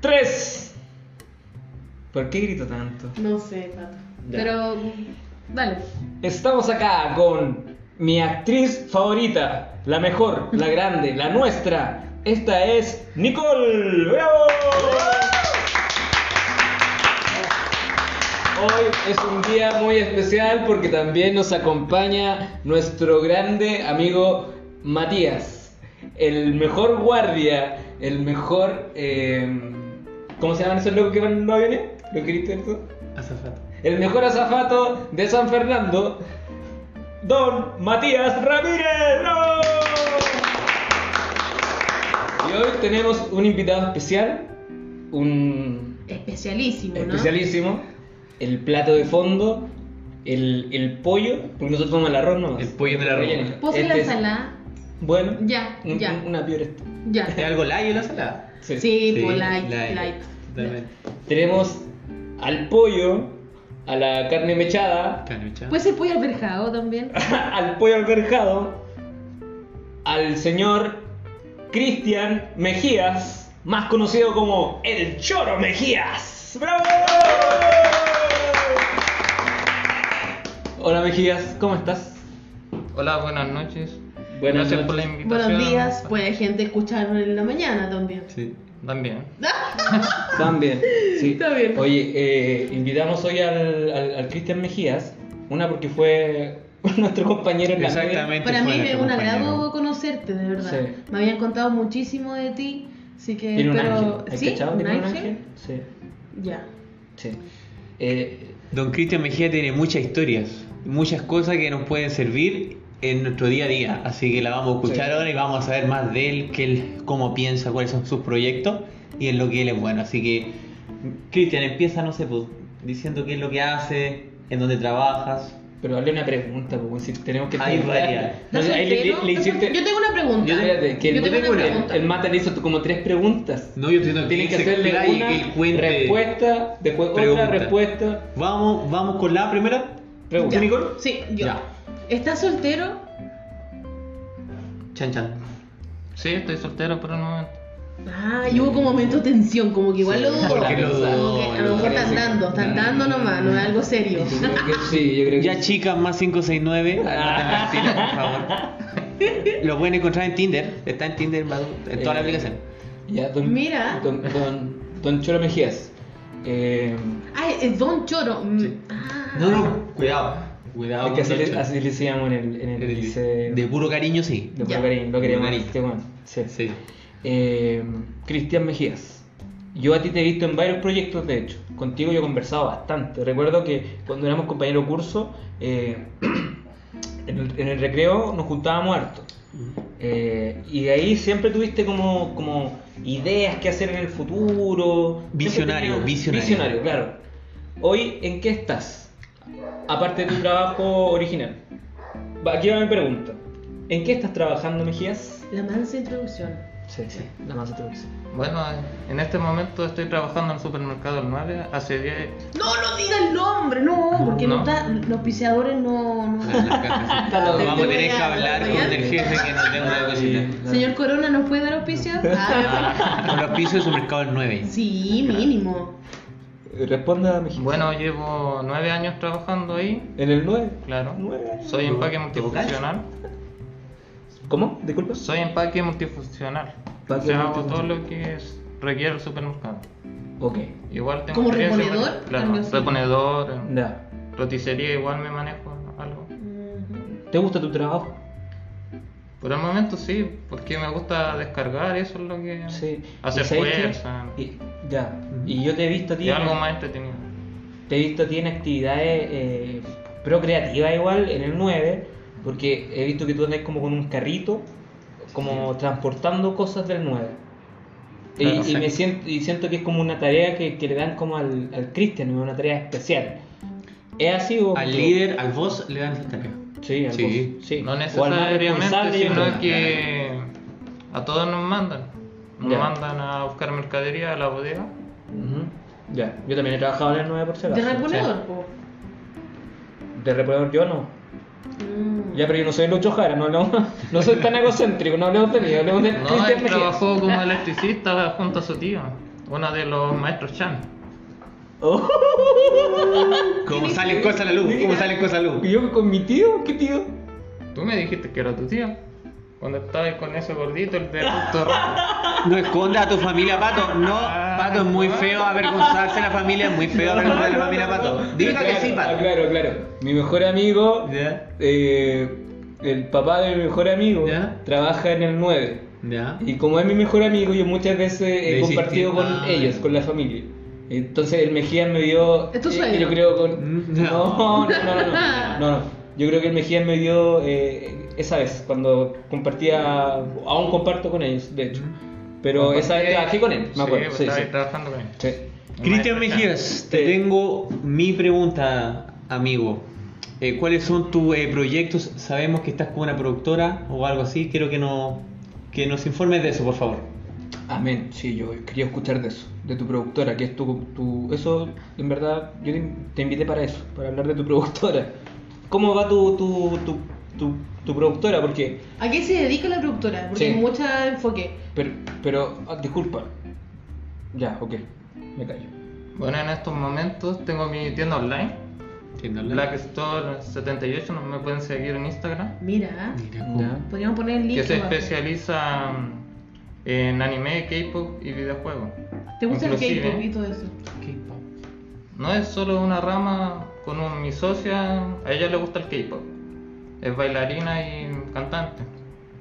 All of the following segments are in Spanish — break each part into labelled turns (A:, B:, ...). A: tres. ¿Por qué grito tanto?
B: No sé, Pato.
C: Ya.
B: Pero, dale.
A: Estamos acá con mi actriz favorita, la mejor, la grande, la nuestra. Esta es Nicole. ¡Bravo! Hoy es un día muy especial porque también nos acompaña nuestro grande amigo Matías, el mejor guardia, el mejor. eh, ¿Cómo se llaman esos locos que van en los aviones? ¿Los gritos? estos?
C: Azafato.
A: el mejor azafato de San Fernando, Don Matías Ramírez. ¡Bravo! Y hoy tenemos un invitado especial, un
B: Especialísimo, ¿no?
A: especialísimo, el plato de fondo, el, el pollo, porque nosotros tomamos el arroz, ¿no?
C: El pollo en el arroz.
B: Puse Pues la
A: Este es-
B: ensalada.
A: Bueno,
B: Ya,
A: un-
B: ya.
A: un- una pioresta.
B: Ya.
C: ¿Es algo layo la sala?
B: Sí,
C: Sí,
B: pues light, light.
C: Totalmente.
A: Tenemos al pollo, a la carne mechada,
C: Canucha.
B: Pues el pollo alberjado también.
A: al pollo alberjado, al señor Cristian Mejías, más conocido como el Choro Mejías. ¡Bravo! Hola Mejías, ¿cómo estás?
D: Hola, buenas noches.
A: Buenas
D: Gracias por la
A: noches.
D: invitación.
B: Buenos días, pues. puede gente escucharlo en la mañana también.
C: Sí.
D: También.
A: También. Sí.
B: Está bien.
A: Oye, eh, invitamos hoy al, al- al Cristian Mejías, una porque fue nuestro compañero en la media.
C: Exactamente.
B: Para mí
C: fue
B: es
C: nuestro
B: un agrado
C: compañero.
B: conocerte, de verdad.
A: Sí.
B: Me habían contado muchísimo de ti, así que
A: Tiene un
B: Eh, pero
A: ángel. ¿Hay
B: sí,
A: cachado?
B: un
A: ¿Tiene
B: ángel?
A: Sí.
B: Ya.
A: sí. Eh,
C: Don Cristian Mejía tiene muchas historias, muchas cosas que nos pueden servir en nuestro día a día. Así que la vamos a escuchar
A: Sí.
C: ahora y vamos a saber más de él, qué él, cómo piensa, cuáles son sus proyectos y en lo que él es bueno. Así que, Cristian, empieza, no sé, pues, diciendo qué es lo que hace, en dónde trabajas.
A: Pero hazle una pregunta, porque si tenemos que...
C: Hay varias.
A: No,
B: ¿Estás
A: ahí le,
B: soltero?
A: le- le
B: ¿Estás
A: hiciste...
B: sol- Yo tengo una pregunta.
A: Yo- espérate, que
B: Yo
A: el-
B: tengo una
A: el-
B: pregunta.
A: El Mata le hizo como tres preguntas.
C: No, yo estoy
A: Tienen que hacerle una respuesta, después
C: pregunta.
A: otra respuesta.
C: Vamos, vamos con la primera.
A: Pregunta.
B: Ya.
C: Nicole?
B: Sí, yo.
C: Ya.
B: ¿Estás soltero?
C: Chan Chan.
D: Sí, estoy soltero por el momento.
B: Ah, y hubo como momento de tensión, como que igual
A: Sí,
B: lo dudo.
C: porque lo dudó,
B: Como que A lo mejor
A: parece.
B: están dando, están dando nomás, no es algo serio.
A: Yo creo que sí, yo creo que
C: Ya
A: sí.
C: chicas más 569.
A: Ah.
C: Anótenme al tiro, por favor. Lo pueden encontrar en Tinder. Está en Tinder, Madu, en toda la
A: Eh,
C: aplicación.
A: Ya, don,
B: Mira.
A: Don, don, don Choro Mejías. Eh,
B: Ay, es Don Choro. mm,
C: Sí.
B: ah.
C: No, no, cuidado. Cuidado.
A: es que
C: con
A: así, le,
C: Nacho.
A: así le decíamos en el, en el,
C: El-
A: liceo
C: De puro cariño, sí.
A: de
B: Ya.
A: Bulgarín, lo queríamos.
C: Bulgarín.
A: este weón. Sí.
C: Sí.
A: Eh, Cristian Mejías, yo a ti te he visto en varios proyectos, de hecho. Contigo yo he conversado bastante. Recuerdo que cuando éramos compañeros curso, eh, en, el, en el recreo nos juntábamos harto. Eh, y de ahí siempre tuviste como, como ideas que hacer en el futuro. Siempre
C: Visionario,
A: tenías-
C: visionario.
A: Visionario, claro. Hoy, ¿en qué estás? Aparte de tu trabajo original. Va, Aquí va mi pregunta. ¿En qué estás trabajando, Mejías?
B: La mansa introducción.
A: Sí, sí, la más atroz.
D: Bueno, eh, en este momento estoy trabajando en el supermercado del 9. Hace 10.
B: No, no diga el nombre, no, porque no,
D: No.
B: está- los piseadores no. no.
C: Nos vamos a tener que hablar con el jefe que nos tengo una cosita.
B: Señor Corona, ¿nos puede dar auspicio? Ah,
C: Con los pisos de su mercado el 9.
B: sí, mínimo.
A: Responda a México.
D: Bueno, llevo 9 años trabajando ahí.
A: En el 9.
D: Claro.
A: Nueve años.
D: Soy empaque
C: ¿Te
D: multifuncional.
A: ¿Cómo? Disculpa.
D: Soy empaque multifuncional.
A: Empaque
D: o sea, hago todo
A: multifuncional.
D: lo que es- requiere el supermercado.
A: Ok.
D: Igual tengo
B: ¿Como
D: experiencia con-
B: reponedor? También
D: Claro,
B: sí.
D: reponedor, en
A: Ya.
D: roticería igual me manejo algo.
A: ¿Te gusta tu trabajo?
D: Por el momento sí, porque me gusta descargar, eso es lo que
A: Sí.
D: hacer
A: ¿Y sabes qué?
D: fuerza
A: Y- ya. Y yo te he visto a ti.
D: y algo más entretenido.
A: Te he visto a ti en actividades eh, procreativas igual en el 9. Porque he visto que tú andas como con un carrito, como transportando cosas del 9. Y,
C: Claro,
A: y
C: sí.
A: me siento, y siento que es como una tarea que, que le dan como al, al Cristian, una tarea especial. ¿Es así o
C: Al líder, al boss, le dan esa tarea.
A: Sí, al
C: Sí.
A: boss, sí.
D: No
A: O al más
D: necesariamente,
A: responsable, yo
D: sino
A: creo.
D: que a todos nos mandan. Nos
A: Ya.
D: mandan a buscar mercadería a la bodega.
A: Ujú. Ya, yo también he trabajado en el 9 por si
B: ¿De
A: acaso.
B: reponedor? po?
A: Sí. De reponedor yo no.
B: Mm.
A: Ya, pero yo no soy Lucho Jara, no, hablamos- no, soy tan egocéntrico, no hablemos de mí, hablemos de
D: No,
A: Cristian
D: él
A: Mejía.
D: trabajó como electricista junto a su tío. Una de los maestros Chan.
A: Oh.
C: ¿Cómo salen cosas a la luz? ¿Cómo salen cosas a la luz?
A: ¿Yo con mi tío? ¿Qué tío?
D: Tú me dijiste que era tu tío. Cuando estabas con ese gordito, el de punto rojo.
C: No escondas a tu familia, Pato. No, Pato, es muy feo avergonzarse de la familia. Es muy feo avergonzarse de la familia, Pato. Diga que sí,
A: Ah,
C: Pato.
A: Claro, claro. Mi mejor amigo,
C: Ya,
A: eh, el papá de mi mejor amigo,
C: Ya.
A: trabaja en el 9.
C: ya.
A: Y como es mi mejor amigo, yo muchas veces he
C: Le hiciste-
A: compartido con
C: Ah,
A: ellos,
C: ya.
A: con la familia. Entonces el Mejías me dio.
B: ¿Es tu
A: eh,
B: suegro?
A: yo creo con.
C: Mm,
A: No, no, no, no. no, no, no. Yo creo que el Mejías me dio eh, esa vez, cuando compartía. Aún comparto con ellos, de hecho. Pero esa vez trabajé con él, me acuerdo.
D: Sí, pues,
A: Sí,
D: estaba
A: sí.
D: ahí trabajando con él.
A: Sí.
C: Cristian Mejías, te
A: Sí.
C: tengo mi pregunta, amigo. Eh, ¿Cuáles son tus eh, proyectos? Sabemos que estás con una productora o algo así. Quiero que, no, que nos informes de eso, por favor.
A: Amén, sí, yo quería escuchar de eso, de tu productora, que es tu... tu eso, en verdad, yo te, te invité para eso, para hablar de tu productora. ¿Cómo va tu, tu, tu, tu, tu productora? Porque,
B: ¿A qué se dedica la productora? Porque
A: Sí.
B: hay mucho enfoque.
A: pero, pero ah, disculpa. Ya, ok, me callo.
D: Bueno, en estos momentos tengo mi tienda online. Black Store 78, no me pueden seguir en Instagram.
B: Mira,
C: Mira,
A: Ya.
B: podríamos poner el link.
D: Que se
B: abajo.
D: especializa mm, en anime, K-pop y videojuegos.
B: ¿Te gusta el
D: Inclusive,
B: K-pop y todo eso?
C: K-pop.
D: No es solo una rama con un- mi socia, a ella le gusta el K-pop. Es bailarina y cantante.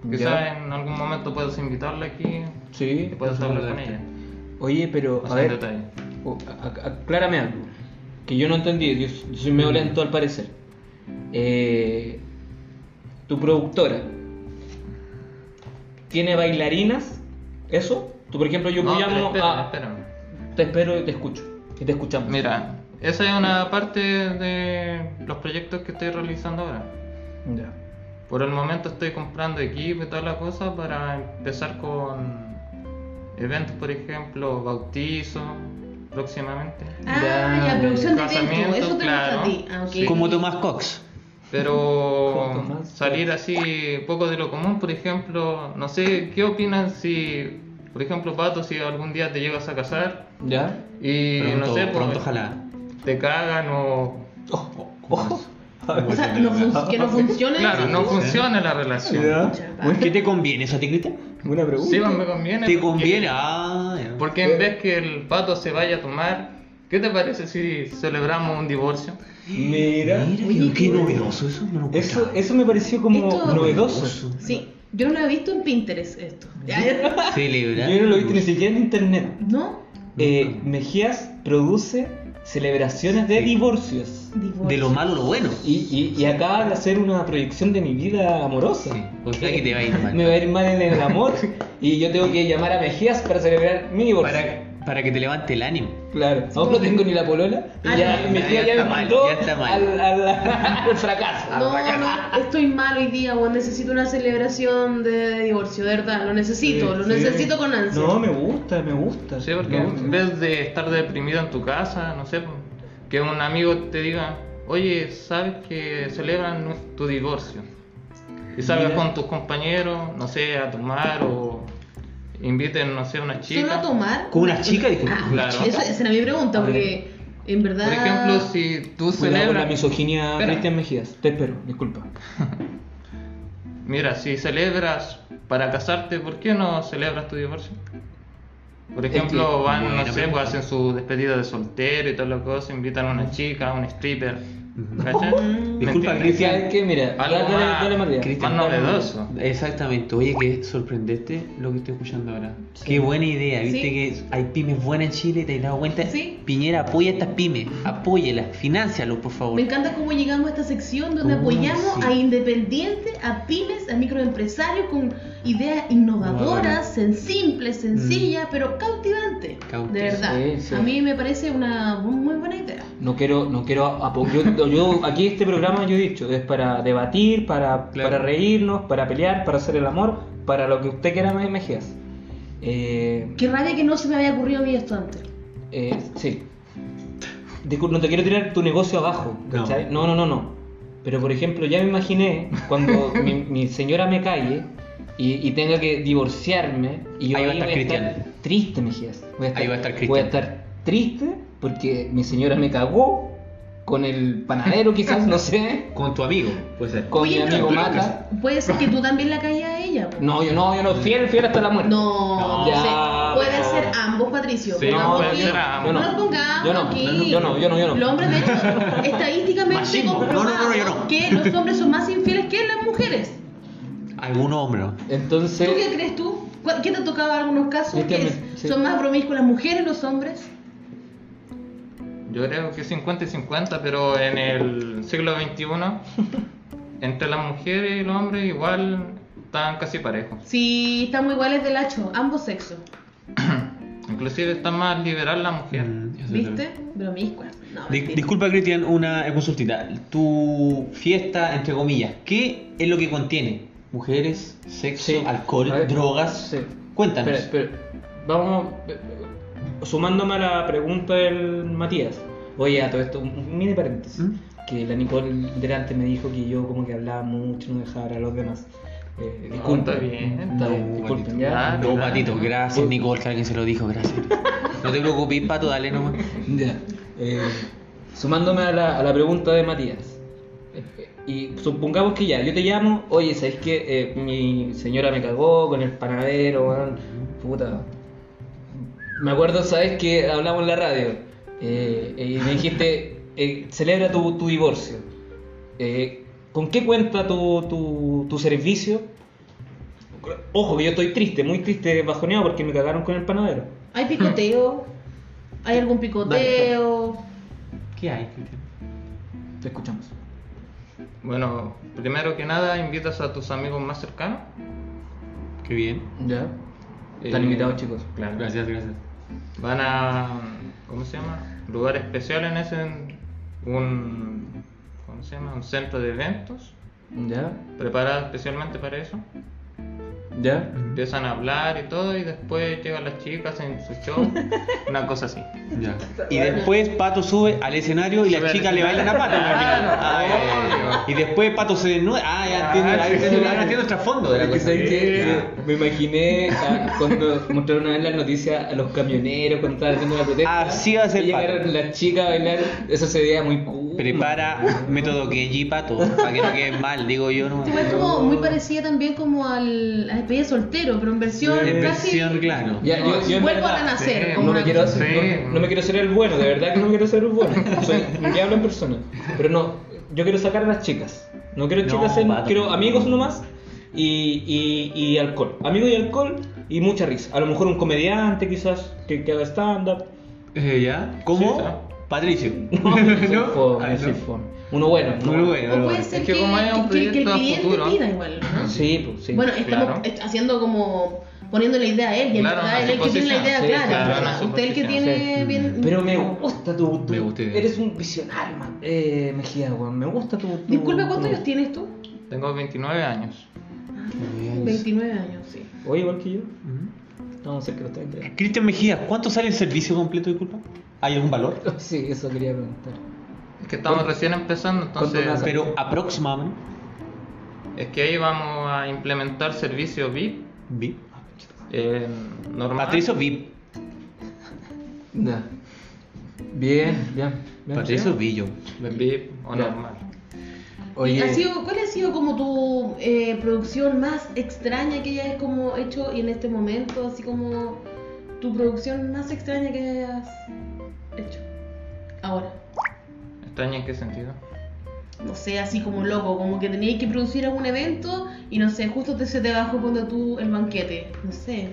D: Quizás
A: Ya.
D: en algún momento puedas invitarla aquí y
A: Sí.
D: puedas
C: no sé
D: hablar con
C: hablarte.
D: ella.
A: Oye, pero,
D: O
A: a
D: sea, en
A: ver,
D: detalle.
A: o- a- a- aclárame algo, que yo no entendí, yo, s- yo soy
D: Mm.
A: medio lento al parecer. Eh, tu productora, ¿tiene bailarinas? ¿Eso? Tú, por ejemplo, yo
D: No, pero
A: llamo
D: espérame,
A: a...
D: espérame.
A: Te espero y te escucho. Y te escuchamos.
D: Mira, esa es una parte de los proyectos que estoy realizando ahora.
A: Ya.
D: Por el momento estoy comprando equipo y toda la cosa para empezar con eventos, por ejemplo, bautizo próximamente.
B: Ah,
A: Ya,
B: ya, producción de
D: casamiento,
B: eventos, eso te
D: claro.
B: gusta a ti. Ah, ok.
D: Sí.
C: Como Tomás Cox.
A: Como
D: Pero
A: Tomás.
D: salir así poco de lo común, por ejemplo, no sé, ¿qué opinan si, por ejemplo, Pato, si algún día te llegas a casar
A: ¿Ya?
D: y
C: Pronto,
D: no sé, pues,
C: pronto, ojalá.
D: te cagan o...
A: Oh,
D: Oh,
A: Ojo.
B: O sea, no fun- que no funcione.
D: Claro,
B: sí.
D: no funciona la relación.
C: Bueno, ¿Qué te conviene eso a ti, Cristian?
A: Buena pregunta.
D: Sí, pues, me conviene.
C: ¿Te
D: porque-
C: conviene? Ah, ya.
D: Porque en vez que el pato se vaya a tomar, ¿qué te parece si celebramos un divorcio?
A: Mira.
C: Mira, qué novedoso eso. No lo
A: Eso,
C: escuchaba.
A: eso me pareció como
B: Esto-
A: novedoso.
B: Sí, yo no lo he visto en Pinterest esto.
C: Celebrar.
A: Yo no lo he visto ni siquiera en internet.
B: ¿No?
A: Eh, Mejías produce celebraciones de
C: Sí.
A: divorcios.
B: Divorcio.
C: De lo malo a lo bueno.
A: Y, y, y acaba de hacer una proyección de mi vida amorosa.
C: Sí, o sea que te va a ir mal.
A: Me va a ir mal en el amor y yo tengo que llamar a Mejías para celebrar mi divorcio.
C: Para, para que te levante el ánimo.
A: Claro, aún no tengo ni la polola. y
B: Ah,
A: ya
B: no,
A: mi
C: ya
A: tía ya
C: está
A: me
C: mal,
A: mandó
C: ya está
A: Al,
C: mal.
A: al- al fracaso.
B: No, no, estoy mal hoy día, weón. Necesito una celebración de divorcio, de verdad. Lo necesito, lo
A: Sí.
B: necesito con ansia.
A: No, me gusta, me gusta.
D: Sí, porque
A: me gusta.
D: en vez de estar deprimido en tu casa, no sé, que un amigo te diga, oye, sabes que celebran nu- tu divorcio. Y salgas
A: Mira.
D: con tus compañeros, no sé, a tomar o inviten, no sé, a una
B: ¿Solo
D: chica.
B: a tomar?
C: Con una chica, dijo.
B: Ah,
D: Claro.
B: esa, esa era mi pregunta, porque en verdad.
D: Por ejemplo, si tú
A: Cuidado con la
D: celebras...
A: misoginia
D: Espera.
A: Cristian Mejías. Te espero, disculpa.
D: Mira, si celebras para casarte, ¿por qué no celebras tu divorcio? Por
A: Es que-
D: ejemplo, van, no
C: Buena
D: sé,
C: pregunta.
D: pues hacen su despedida de soltero y todas las cosas, invitan a una chica, a un stripper. ¿Cachai? ¿Me
C: Disculpa,
D: entiendes?
C: Cristian.
A: ¿Sabes qué? Mira,
D: Algo
A: dale,
D: más-
A: dale, María.
D: Cristian,
A: Dale, María.
D: novedoso.
C: Exactamente, oye, que sorprendente lo que estoy escuchando ahora. Qué buena idea, viste
B: Sí.
C: que hay pymes buenas en Chile, te has dado cuenta.
B: Sí.
C: Piñera, apoya estas pymes, apóyelas, fináncialos, por favor.
B: Me encanta cómo llegamos a esta sección donde
C: Oh,
B: apoyamos
C: sí.
B: a independientes, a pymes, a microempresarios con ideas innovadoras, sen- simples, sencillas, pero cautivantes. De
C: Cautivante.
B: verdad.
A: Mm. Sí, sí.
B: A mí me parece una bu- muy buena idea.
A: No quiero, no quiero apo- yo, yo- aquí este programa yo he dicho, es para debatir, para,
C: Claro.
A: para reírnos, para pelear, para hacer el amor, para lo que usted quiera Me- Mejías. Eh,
B: Qué rabia que no se me había ocurrido a mí esto antes.
A: eh, sí. Disculpa, no te quiero tirar tu negocio abajo,
C: No.
A: ¿cachai? No, no, no, no. Pero por ejemplo, ya me imaginé cuando mi, mi señora me calle y, y tenga que divorciarme y yo
C: Ahí va a
A: voy
C: estar Cristian.
A: triste, Mejías. Voy a estar,
C: Ahí va a estar Cristian.
A: voy a estar triste porque mi señora me cagó con el panadero, quizás, no sé.
C: Con tu amigo, puede ser.
A: Con
B: Oye,
A: mi
B: pero-
A: amigo Mata.
B: Puede ser que tú también la calles a ella. po.
A: No, yo no, yo no, fiel, fiel hasta la muerte.
B: No,
A: No,
B: o sea,
A: ya,
B: puede
A: no.
B: ser ambos, Patricio.
D: Sí,
B: no,
D: puede
B: porque-
D: ser ambos.
B: no
A: Yo no.
B: nos pongamos
A: Yo no,
B: aquí.
A: yo no, yo no, yo no, yo no.
B: Los hombres, de hecho, estadísticamente
C: Machismo.
B: comprobado
C: No, no, no, yo no.
B: que los hombres son más infieles que las mujeres.
C: Algún hombro.
A: Entonces,
B: ¿Tú qué crees tú? ¿Cuál- ¿Qué te ha tocado en algunos casos?
A: Es que
B: que
A: me-
B: es-
A: sí.
B: ¿Son más promiscuas las mujeres los hombres?
D: Yo creo que 50 y 50, pero en el siglo XXI, entre las mujeres y los hombres igual están casi parejos.
B: Sí, estamos iguales del hacho, ambos sexos.
D: Inclusive está más liberal la mujer.
C: Mm, eso
B: ¿Viste? Promiscuas. No,
C: Di-
B: mentira.
C: disculpa, Cristian, una consultita. Tu fiesta, entre comillas, ¿qué es lo que contiene? Mujeres, sexo,
A: Sí.
C: alcohol,
A: A ver,
C: drogas.
A: sí.
C: Cuéntanos.
A: espera, espera. vamos eh, sumándome a la pregunta del Matías. Oye, a todo esto, un- un mini paréntesis.
C: ¿Mm?
A: Que la Nicole delante me dijo que yo como que hablaba mucho, no dejaba hablar a los demás. Eh,
D: No,
A: disculpa.
D: está bien.
A: Está bien,
C: No,
A: disculpen,
C: patito.
A: ya.
D: Dale.
C: Ah, No, patito, gracias, Nicole, que alguien se lo dijo, gracias. No te preocupes, pato, dale nomás.
A: Ya. Eh, sumándome a la, a la pregunta de Matías. Eh, eh, Y supongamos que ya, yo te llamo, oye, ¿sabes qué? Eh, mi señora me cagó con el panadero, weón. Puta. Me acuerdo, ¿sabes que Hablamos en la radio. eh, y me dijiste, eh, celebra tu, tu divorcio. Eh, ¿Con qué cuenta tu, tu, tu servicio? Ojo, que yo estoy triste, muy triste, bajoneado porque me cagaron con el panadero.
B: ¿Hay picoteo? ¿Hay algún picoteo?
C: ¿Qué hay, Cristian?
A: Te escuchamos.
D: Bueno, primero que nada invitas a tus amigos más cercanos.
C: Qué bien.
A: Ya. Están
D: Eh,
A: invitados, chicos.
D: Claro.
C: Gracias, gracias.
D: Van a, ¿cómo se llama? Lugar especial en ese, en un, ¿cómo se llama? Un centro de eventos
A: Ya,
D: preparado especialmente para eso.
A: ya.
D: Empiezan a hablar y todo y después llegan las chicas en su show, una cosa así.
C: Ya. Y después Pato sube al escenario y
D: Sube
C: las
D: al
C: chicas le
D: escenario.
C: bailan a Pato.
D: Claro,
C: Ah, ya, ya, ya. Y después Pato se desnuda. Ah, ya entiendo,
D: Ah,
C: ahí
D: sí,
C: entiendo,
D: sí.
C: ahora entiendo el trasfondo de la
A: Es que,
C: cosa.
A: ¿sabes qué? Eh, Me imaginé ah, cuando mostraron una vez las noticias a los camioneros cuando estaban haciendo la protesta.
C: Así Ah, va a ser,
A: Y llegaron
C: Pato.
A: las chicas a bailar. Eso se veía muy cool.
C: Prepara método Kenji Pato, para que no quede mal, digo yo no.
B: Sí, pues, es como muy parecida también como al, al despedida de soltero, pero en versión
C: En
B: casi
C: versión, claro.
A: Ya, yo, yo en
B: vuelvo a
A: verdad,
B: renacer.
D: sí,
B: como
A: No me,
B: una-
A: quiero
D: Sí.
A: hacer- no, no me quiero hacer el bueno, de verdad que no me quiero hacer el bueno. Soy un diablo en persona. Pero no, yo quiero sacar a las chicas. No quiero
C: No,
A: chicas, en-
C: vato.
A: quiero amigos nomás y, y, y alcohol. Amigos y alcohol y mucha risa. A lo mejor un comediante quizás que, que haga stand-up.
C: Eh, ¿Ya?
D: Sí,
C: ¿Cómo?
D: está.
C: Patricio.
A: Soy fome,
C: Ah,
A: soy
C: no.
A: fome. Uno bueno. uno
C: Muy bueno.
B: O puede
C: muy bueno.
B: ser
D: Es
B: que,
D: que como es un
B: que- que el
D: proyecto a
B: cliente
D: futuro.
B: pida igual. ¿no?
A: Sí, pues sí.
B: Bueno, estamos
D: Claro.
B: est- haciendo como poniendo la idea a él, y en
D: Claro,
B: verdad
D: una
B: él es el que tiene la idea
A: suposición. Sí,
B: clara.
A: claro,
B: ¿verdad?
D: una
B: Usted es el que
D: suposición,
B: tiene
C: sí.
B: bien.
A: pero me gusta tu. tu-
C: Me gusta idea.
A: eres un visionario, man. Eh, Mejía, weón. Me gusta tu. tu-
B: Disculpa,
A: tu-
B: ¿cuántos años tienes tú?
D: Tengo 29 años.
C: Muy bien.
B: 29 años, sí.
A: Oye, igual que yo.
C: Ujú.
A: No, sé que los 30.
C: Cristian Mejía, ¿cuánto sale el servicio completo, disculpa? ¿Hay algún valor?
A: Sí, eso quería preguntar.
D: Es que estamos
A: ¿Cuánto-
D: recién empezando,
A: cuánto
D: entonces
A: nace?
C: Pero aproximadamente.
D: es que ahí vamos a implementar servicio VIP.
C: VIP.
D: eh, normal.
C: Patricio VIP.
A: Ya. Bien, bien. bien.
C: Patricio Villo.
D: VIP o
A: Ya.
D: normal.
B: ¿Y ha
A: Oye,
B: sido- ¿Cuál ha sido como tu eh, producción más extraña que hayas como hecho y en este momento, así como tu producción más extraña que hayas hecho? Ahora,
D: ¿Extraña en qué sentido?
B: no sé, así como loco, como que tenías que producir algún evento y no sé, justo te, se te bajó cuando tú el banquete, no sé,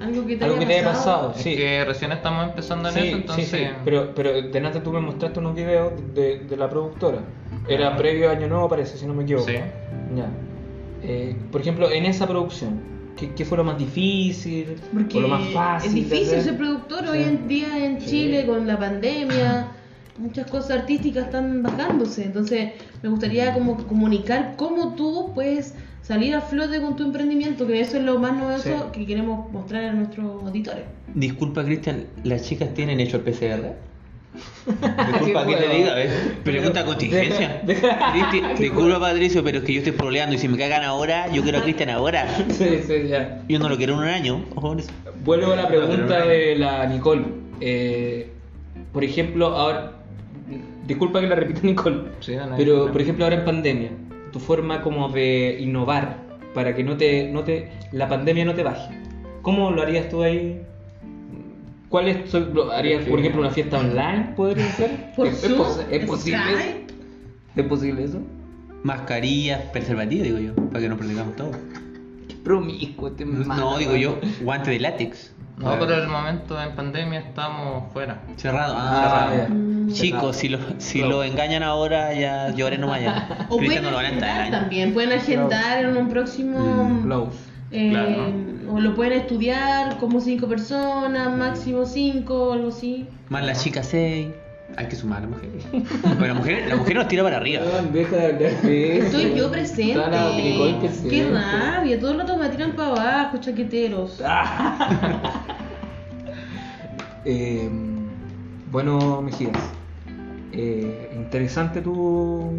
B: algo que te
A: algo que
B: haya
A: te haya pasado.
D: Es
A: Ah, Sí.
D: que recién estamos empezando en
A: Sí,
D: eso, entonces...
A: sí, sí, pero, pero delante tú me mostraste unos videos de, de la productora. Era previo a Año Nuevo, parece, si no me equivoco.
D: Sí.
A: Ya. Eh, por ejemplo, en esa producción, ¿qué, qué fue lo más difícil?
B: Porque
A: ¿O lo más fácil?
B: es difícil
A: ¿cachai?
B: ser productor
A: Sí.
B: hoy en día en
A: Sí.
B: Chile con la pandemia. Muchas cosas artísticas están bajándose. Entonces, me gustaría como comunicar cómo tú puedes salir a flote con tu emprendimiento, que eso es lo más novedoso
A: Sí.
B: que queremos mostrar a nuestros auditores.
C: Disculpa, Cristian, ¿las chicas tienen hecho el PCR? Disculpa
A: Qué
C: que te
A: huevo.
C: diga, ¿ves? Pregunta contingencia.
A: Deja-
C: Cristi- Disculpa Patricio, pero es que yo estoy proleando y si me cagan ahora, yo quiero a Cristian ahora.
A: Sí, sí, ya.
C: Yo no lo quiero en un año. Ojo con eso.
A: Vuelvo a la pregunta
C: Pero-
A: de la Nicole. Eh, por ejemplo, ahora. Disculpa que la repita, Nicole.
D: Sí, no hay
A: Pero,
D: problema.
A: por ejemplo, ahora en pandemia, tu forma como de innovar para que no te, no te, la pandemia no te baje. ¿Cómo lo harías tú ahí? ¿Cuál es, tu- lo- harías, por ejemplo, una fiesta online? ¿Podría ser?
B: Por
A: ¿Es, es
B: Zoom,
A: pos- es posible?
B: Skype.
A: ¿Es posible eso?
C: Mascarillas, preservativos, digo yo, para que nos protegamos todos.
A: Qué promiscuo este
C: No,
A: mata,
C: digo
A: weón.
C: yo, guante de látex.
D: No, por el momento en pandemia estamos fuera.
C: Cerrado, ah,
A: Ah,
C: cerrado.
A: ya.
B: Mm.
C: Chicos, si lo, si lo engañan ahora, ya lloren nomás ya.
B: O pueden
C: Cristian no lo van a
B: agendar
C: entrar.
B: también, pueden agendar en un
C: Mm,
B: próximo...
A: Close.
B: eh,
D: Claro.
B: O lo pueden estudiar como cinco
A: Mm.
B: personas, máximo cinco, algo así.
C: Más las chicas 6. Hay que sumar a la mujer. Pero la mujer, la mujer nos tira para arriba.
A: Weón, Deja de hablar de eso.
B: Estoy yo presente.
A: Está la Nicole
B: Qué
A: presente.
B: rabia, todos los rato me tiran para abajo, chaqueteros.
A: Ah. Eh, bueno, Mejías, eh, interesante tu,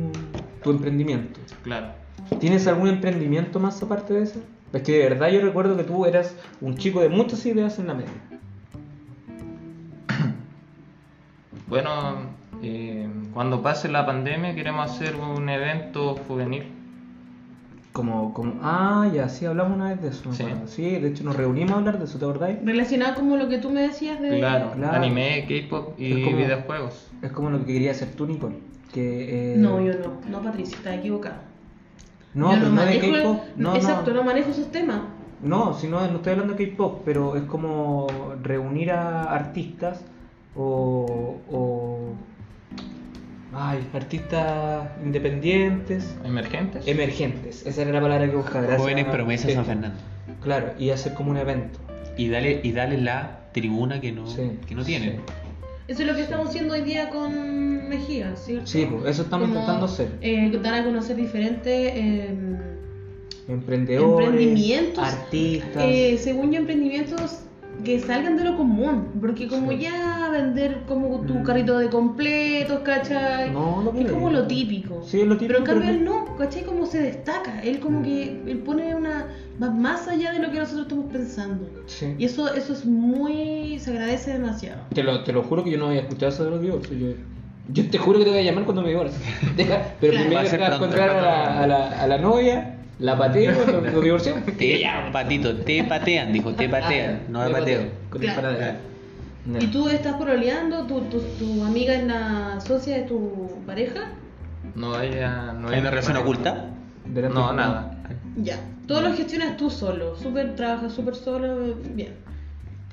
A: tu emprendimiento.
D: Claro.
A: ¿Tienes algún emprendimiento más aparte de eso? Es que de verdad yo recuerdo que tú eras un chico de muchas ideas en la media.
D: Bueno, eh, cuando pase la pandemia queremos hacer un evento juvenil.
A: Como, como, ah, ya, sí, hablamos una vez de eso, me
D: Sí.
A: acuerdo. Sí, de hecho nos reunimos a hablar de eso, ¿te acordáis?
B: Relacionado como lo que tú me decías de...
D: Claro,
A: Claro.
D: anime, K-pop
A: Es
D: y
A: como-
D: videojuegos.
A: Es como lo que quería hacer tú, Nicole. Que, eh,
B: No, yo no. No, Patricia, está equivocado.
A: No,
B: yo
A: pero no de K-pop. No, no.
B: Exacto, no. manejo esos temas.
A: No, si no, no estoy hablando de K-pop, pero es como reunir a artistas o. o- ay, artistas independientes,
D: ¿Emergentes?
A: emergentes. Esa era la palabra que buscaba. gracias.
C: Jóvenes promesas
A: Sí,
C: San Fernando.
A: Claro, y hacer como un evento.
C: Y dale, y dale la tribuna que no,
A: Sí,
C: que no tienen.
B: Eso es lo que estamos haciendo hoy día con Mejía, ¿cierto?
A: Sí, pues, eso estamos
B: Como,
A: intentando hacer.
B: eh, dar a conocer diferentes... eh,
A: Emprendedores,
B: emprendimientos,
A: artistas.
B: eh, según yo, emprendimientos que salgan de lo común, porque como
A: Sí.
B: ya vender como tu
A: Mm.
B: carrito de completos, ¿cachai?
A: no, no
B: es
A: creo.
B: como lo típico.
A: Sí, es lo típico.
B: Pero en cambio
A: pero
B: él no, ¿cachai? Como se destaca, él como
A: Mm.
B: que él pone una... va más allá de lo que nosotros estamos pensando.
A: Sí.
B: Y eso, eso es muy... se agradece demasiado.
A: Te lo, te lo juro que yo no había escuchado eso de los divorcios. Yo, yo te juro que te voy a llamar cuando me divorcie. Deja- pero
B: Claro.
A: primero
C: Va a ser
A: deja
C: pronto.
A: encontrar a la, a, la, a la novia, la pateo, lo, lo divorcio.
C: Te, patito, te patean, dijo,
A: Ah,
C: te patean. No me pateo.
A: Con el
B: Claro.
A: paradero. No.
B: Y tú estás poroleando, tu, tu, tu amiga es la socia de tu pareja,
D: No, ella no
C: ¿Hay una relación
D: pareja.
C: oculta?
A: Delante
D: No,
A: de-
D: nada.
B: ya. Todo
A: Mm.
B: lo gestionas tú solo, súper trabajas, súper solo, bien.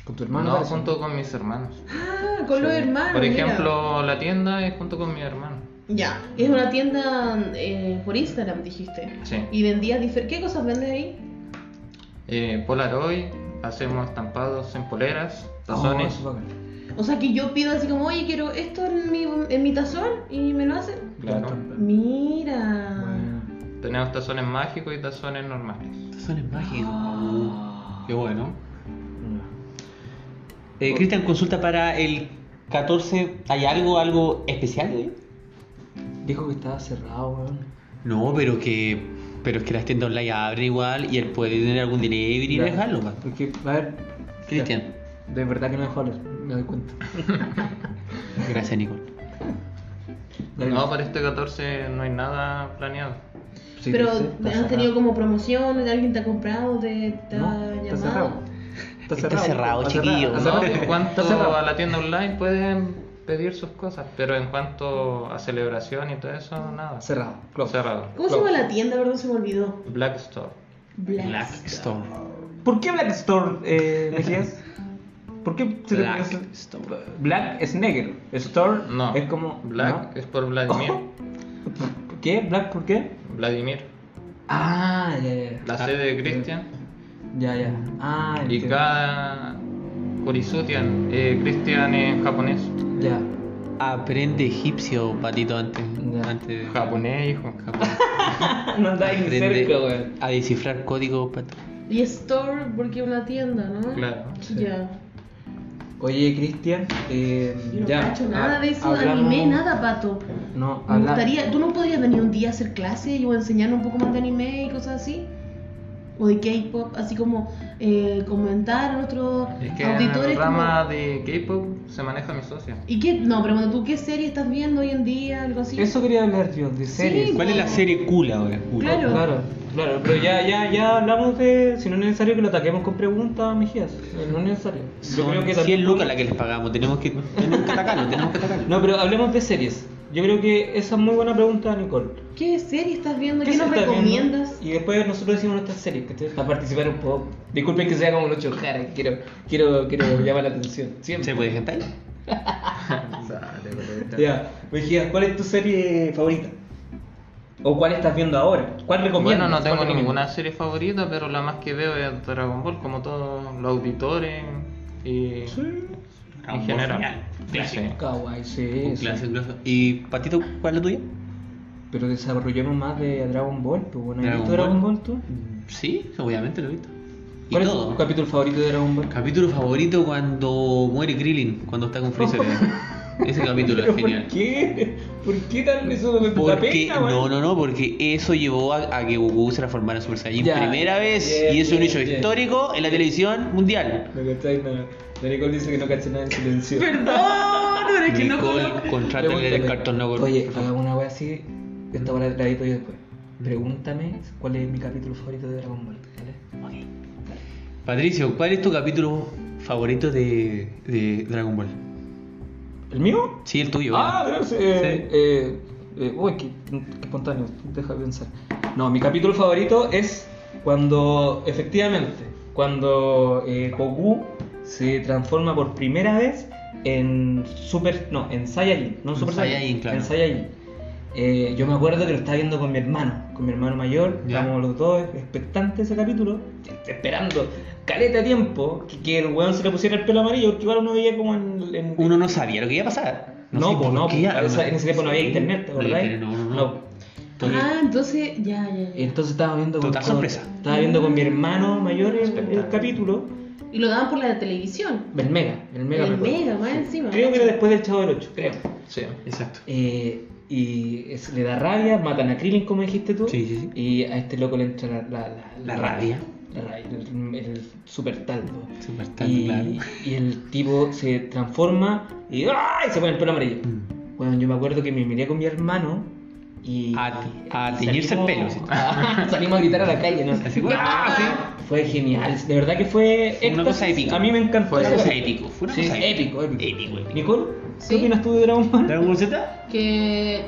A: Con tu hermano.
D: no,
A: parece.
D: junto con mis hermanos.
B: Ah, con los hermanos.
D: Por
B: mira.
D: ejemplo, la tienda es junto con mi hermano.
B: Ya, es una tienda eh, por Instagram, dijiste.
D: Sí.
B: Y vendías diferentes. ¿Qué cosas vendes ahí?
D: Eh, Polaroid, hacemos estampados en poleras,
A: Oh,
D: tazones.
A: eso bacán.
B: O sea, que yo pido así como, oye, quiero esto en mi, en mi tazón y me lo hacen.
D: claro.
B: Mira.
A: Bueno.
D: Tenemos tazones mágicos y tazones normales.
C: Estos son mágicos.
A: Ah.
C: Qué bueno.
A: No.
C: Eh, Cristian, consulta para el 14. ¿Hay algo, algo especial? güey?
A: Dijo que estaba cerrado, weón.
C: No, pero que. Pero es que las tiendas online abren igual y él puede tener algún delivery y
A: Ya.
C: dejarlo, pa.
A: Porque, a ver.
C: Cristian.
A: De verdad que no dejó hablar, me doy cuenta.
C: Gracias, Nicole.
D: No, para este 14 no hay nada planeado.
A: Sí,
B: Pero
A: dice, está
B: has tenido
A: cerrado.
B: como promociones, alguien te ha comprado, te, te
A: No,
B: ha
A: está
B: llamado.
A: cerrado.
C: Está cerrado, chiquillo.
A: está
D: No,
A: cerrado.
D: en
A: Está cerrado.
D: cuanto a la tienda online pueden pedir sus cosas, pero en cuanto a celebración y todo eso, nada.
A: Cerrado. close.
D: Cerrado.
B: ¿Cómo se llama la tienda? Perdón, se me olvidó.
D: Black Store.
B: Black.
C: Black Store.
A: ¿Por qué Black Store, eh, Mejías? ¿Por qué se te
C: Black
A: parece?
C: Store.
A: Black es negro. Store
D: No.
A: es como. Oh.
D: Black es por Vladimir.
A: ¿no? ¿Qué? ¿Black por qué?
D: Vladimir.
A: Ah, ya, ya.
D: La sede de Christian.
A: Ya, ya. Ah,
D: Y
A: entiendo.
D: cada Korisutian, eh, Christian en japonés.
A: Ya.
C: Aprende egipcio, patito, antes.
A: Ya.
C: antes de-
D: Japonés, hijo.
C: Japonés.
A: No andáis ni
C: Aprende
A: cerca, weón.
C: a descifrar código, pato.
B: Y store porque es una tienda, ¿no?
D: Claro.
B: Ya.
A: Oye, Cristian, eh,
B: Yo no
A: ya.
B: cacho nada
A: ha-
B: de eso,
A: hablamos-
B: anime, nada, pato.
A: No,
B: Me
A: habla-
B: gustaría, ¿tú no podrías venir un día a hacer clase o enseñar un poco más de anime y cosas así? O de K-pop, así como eh, comentar a nuestros
D: Es que en
B: auditores.
D: el
B: como-
D: rama de K-pop se maneja mi socia.
B: ¿Y qué? No, pero bueno, ¿tú qué serie estás viendo hoy en día? Algo así.
A: Eso quería hablar yo, de series.
C: ¿Cuál es la serie cool ahora? Cool.
B: Claro.
A: Claro, claro, pero ya, ya, ya hablamos de si no es necesario que lo ataquemos con preguntas, Mejías. No es necesario. Yo creo que
C: Son 100
A: también-
C: lucas la que les pagamos, tenemos que, tenemos que atacarlo, tenemos que atacarlo.
A: No, pero hablemos de series. Yo creo que esa es muy buena pregunta, Nicole.
B: ¿Qué serie estás viendo? ¿Qué,
A: se
B: nos
A: está viendo?
B: recomiendas?
A: Y después nosotros decimos nuestras series, que para participar un poco. Disculpen que sea como los Jara, quiero, quiero, quiero llamar la atención. Siempre.
C: ¿Se puede gente ahí?
D: Sale, coleta.
A: Ya, Mejías, ¿cuál es tu serie favorita? ¿O cuál estás viendo ahora? ¿Cuál
D: Bueno,
A: recomiendas?
D: no tengo
A: ¿Cuál
D: ninguna
A: recomiendas?
D: serie favorita, pero la más que veo es Dragon Ball, como todos los auditores y en general.
C: Clásico.
D: Sí.
A: Kawaii, sí.
C: Un
A: sí.
C: clásico, clásico. ¿Y Patito, cuál es la tuya?
A: Pero desarrollemos más de Dragon Ball, pues bueno, ¿has
C: Dragon
A: visto Dragon
C: Ball?
A: Ball tú?
C: Sí, obviamente lo he visto. Y
A: ¿Cuál es
C: todo.
A: tu capítulo favorito de Dragon Ball?
C: Capítulo favorito cuando muere Krillin, cuando está con Freezer. Ese capítulo es
A: ¿Pero
C: genial.
A: ¿Por qué? ¿Por qué tan eso de
C: Porque, no, no, no, porque eso llevó a, a que Goku se transformara en Super Saiyan
A: Ya,
C: primera vez
A: bien,
C: y es un
A: bien,
C: hecho
A: bien.
C: histórico en la televisión mundial.
A: No cacháis nada. La Nicole dice que no caché nada en silencio.
B: Perdón, pero es que no conozco.
C: Nicole, contrátale el
A: Pregúntame.
C: cartón network.
A: Oye, hagamos una wea así, esta wea la edito yo después. Pregúntame cuál es mi capítulo favorito de Dragon Ball, ¿vale?
C: Patricio, ¿cuál es tu capítulo favorito de, de Dragon Ball?
A: ¿El mío?
C: Sí, el tuyo.
A: Ah,
C: ¿verdad?
A: no sé. eh, eh, eh, uy, qué, qué espontáneo, deja de pensar. No, mi capítulo favorito es cuando, efectivamente, cuando eh, Goku se transforma por primera vez en Super. No, en Saiyajin, no en
C: En
A: Super
C: Saiyajin, claro.
A: En Saiyajin. Eh, yo me acuerdo que lo estaba viendo con mi hermano, con mi hermano mayor,
C: Ya.
A: estábamos los dos expectantes de ese capítulo, este, esperando caleta de tiempo que, que el weón se le pusiera el pelo amarillo, porque igual uno veía como en, en-
C: Uno no sabía lo que iba a pasar.
A: no,
C: sé
A: pues
C: por
A: no,
C: qué,
A: pues,
C: a lo
A: esa- en ese tiempo no había
C: Sí,
A: internet, ¿te
C: no había
A: acordás?
C: internet,
A: No.
C: No, no, no. Entonces,
B: Ah, entonces, ya, ya, ya.
A: Entonces estaba viendo
C: Total
A: con,
C: sorpresa.
A: Estaba viendo con mi hermano mayor el, el
D: Espectacular.
A: capítulo.
B: Y lo daban por la televisión.
A: El mega, el mega.
B: El
A: recuerdo.
B: mega, más encima.
A: Creo que era después del Chavo del 8, creo.
D: Sí.
C: Exacto.
A: Eh, y es- le da rabia, matan a Krillin como dijiste tú.
C: Sí, sí, sí.
A: Y a este loco le entra la, la, la-
C: La rabia.
A: La rabia, el, el super taldo.
C: Super taldo,
A: y,
C: claro.
A: y el tipo se transforma y ¡ay! se pone el pelo amarillo.
C: Mm.
A: Bueno, yo me acuerdo que me miré con mi hermano y.
C: A-
A: y
C: a teñirse el pelo, sí.
A: a- salimos a gritar a la calle, ¿no?
C: Así,
A: ¡Ah!
C: ¡ah!
A: Fue genial, de verdad que fue.
C: Fue una
A: éxtasis.
C: cosa épica.
A: A mí me encantó.
C: Fue una
A: esa
C: cosa
A: wea.
C: épico. Fue una
A: Sí,
C: cosa
A: épico, épico.
C: Épico, épico.
A: Nicole,
B: Sí.
A: ¿qué opinas tú de Dragon
D: Ah.
A: Ball?
C: ¿Dragon Ball Z?
B: Que.